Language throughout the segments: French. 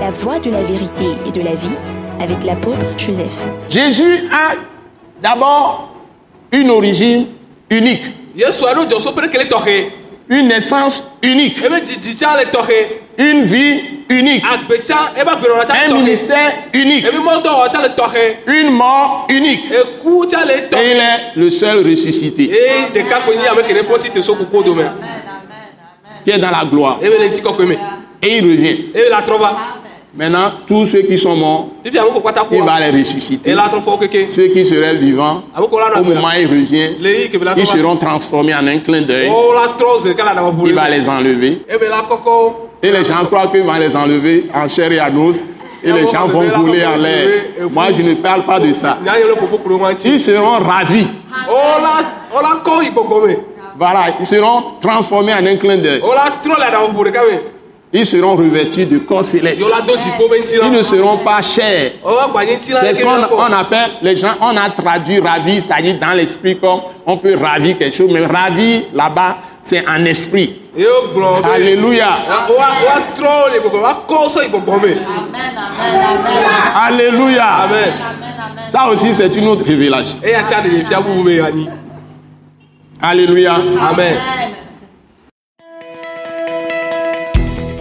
la voie de la vérité et de la vie avec l'apôtre Joseph. Jésus a d'abord une origine unique, yesu alo dzɔso peɖekele tɔxɛ une naissance unique, ebe dzidzi tsã le tɔxɛ une vie unique, agbe tsã ebe agbenɔnɔ tsã le un tɔxɛ ministère unique, ebe mɔdɔwɔ tsã le tɔxɛ une mort unique. eku tsã le Et tɔxɛ il est le seul ressuscité eye ɖeka koe nyi ame ke ne fɔ tsitre so kukuo dome qui est dans la gloire. ebe le ŋuti kɔkɔe me Et il revient. ebe le atrɔ va Maintenant, tous ceux qui sont morts, fifi amekɔ kpata il va koa les ressusciter. ele atrɔ fɔwo keke Ceux qui seraient vivants, amekɔ la au moment où nɔ il revient, le yi kebe la ils trɔ va Oh, seront transformés en un clin d'œil. o la trɔ ze kala nabɔ Il va bolo les enlever. ebe la kɔkɔ Et les gens croient qu'il va les enlever en chair et en os. Et les gens vont voler en l'air. Moi, je ne parle pas de ça. nyanyɔ le ƒoƒo kuro ŋa ŋuti Ils seront ravis. o la o la kɔ yi gbɔgbɔ me Voilà, ils seront transformés en un clin d'œil. o la trɔ le nabɔ bolo ɖeka me Ils seront revêtus de corps céleste. yɔ la do dziƒo be ŋuti Ils ne la seront pas chers. o wa gba nye ŋuti la C'est ɖeke ce qu'on on me la kɔ appelle, les gens, on a traduit ravi, c'est-à-dire dans l'esprit, comme on peut ravir quelque chose, mais ravi là-bas, c'est en esprit. ye o gblɔ be Alléluia. wa wa- wa trɔ le gbɔgbɔ wa kɔ sɔ yi gbɔgbɔ me Alléluia. amen Ça aussi, c'est une autre révélation. eya tsa de le fia bubu be anyi Alléluia. amen.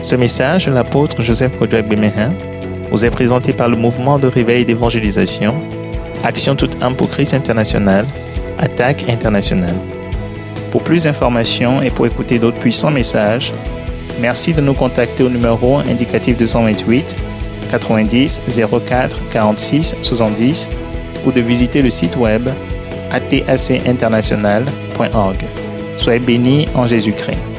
Ce message, de l'apôtre Joseph Kodouak Bemehin, vous est présenté par le mouvement de réveil d'évangélisation, Action toute âme pour Christ international, Attaque internationale. Pour plus d'informations et pour écouter d'autres puissants messages, merci de nous contacter au numéro indicatif 228 90 04 46 70 ou de visiter le site web atacinternational.org. Soyez bénis en Jésus-Christ.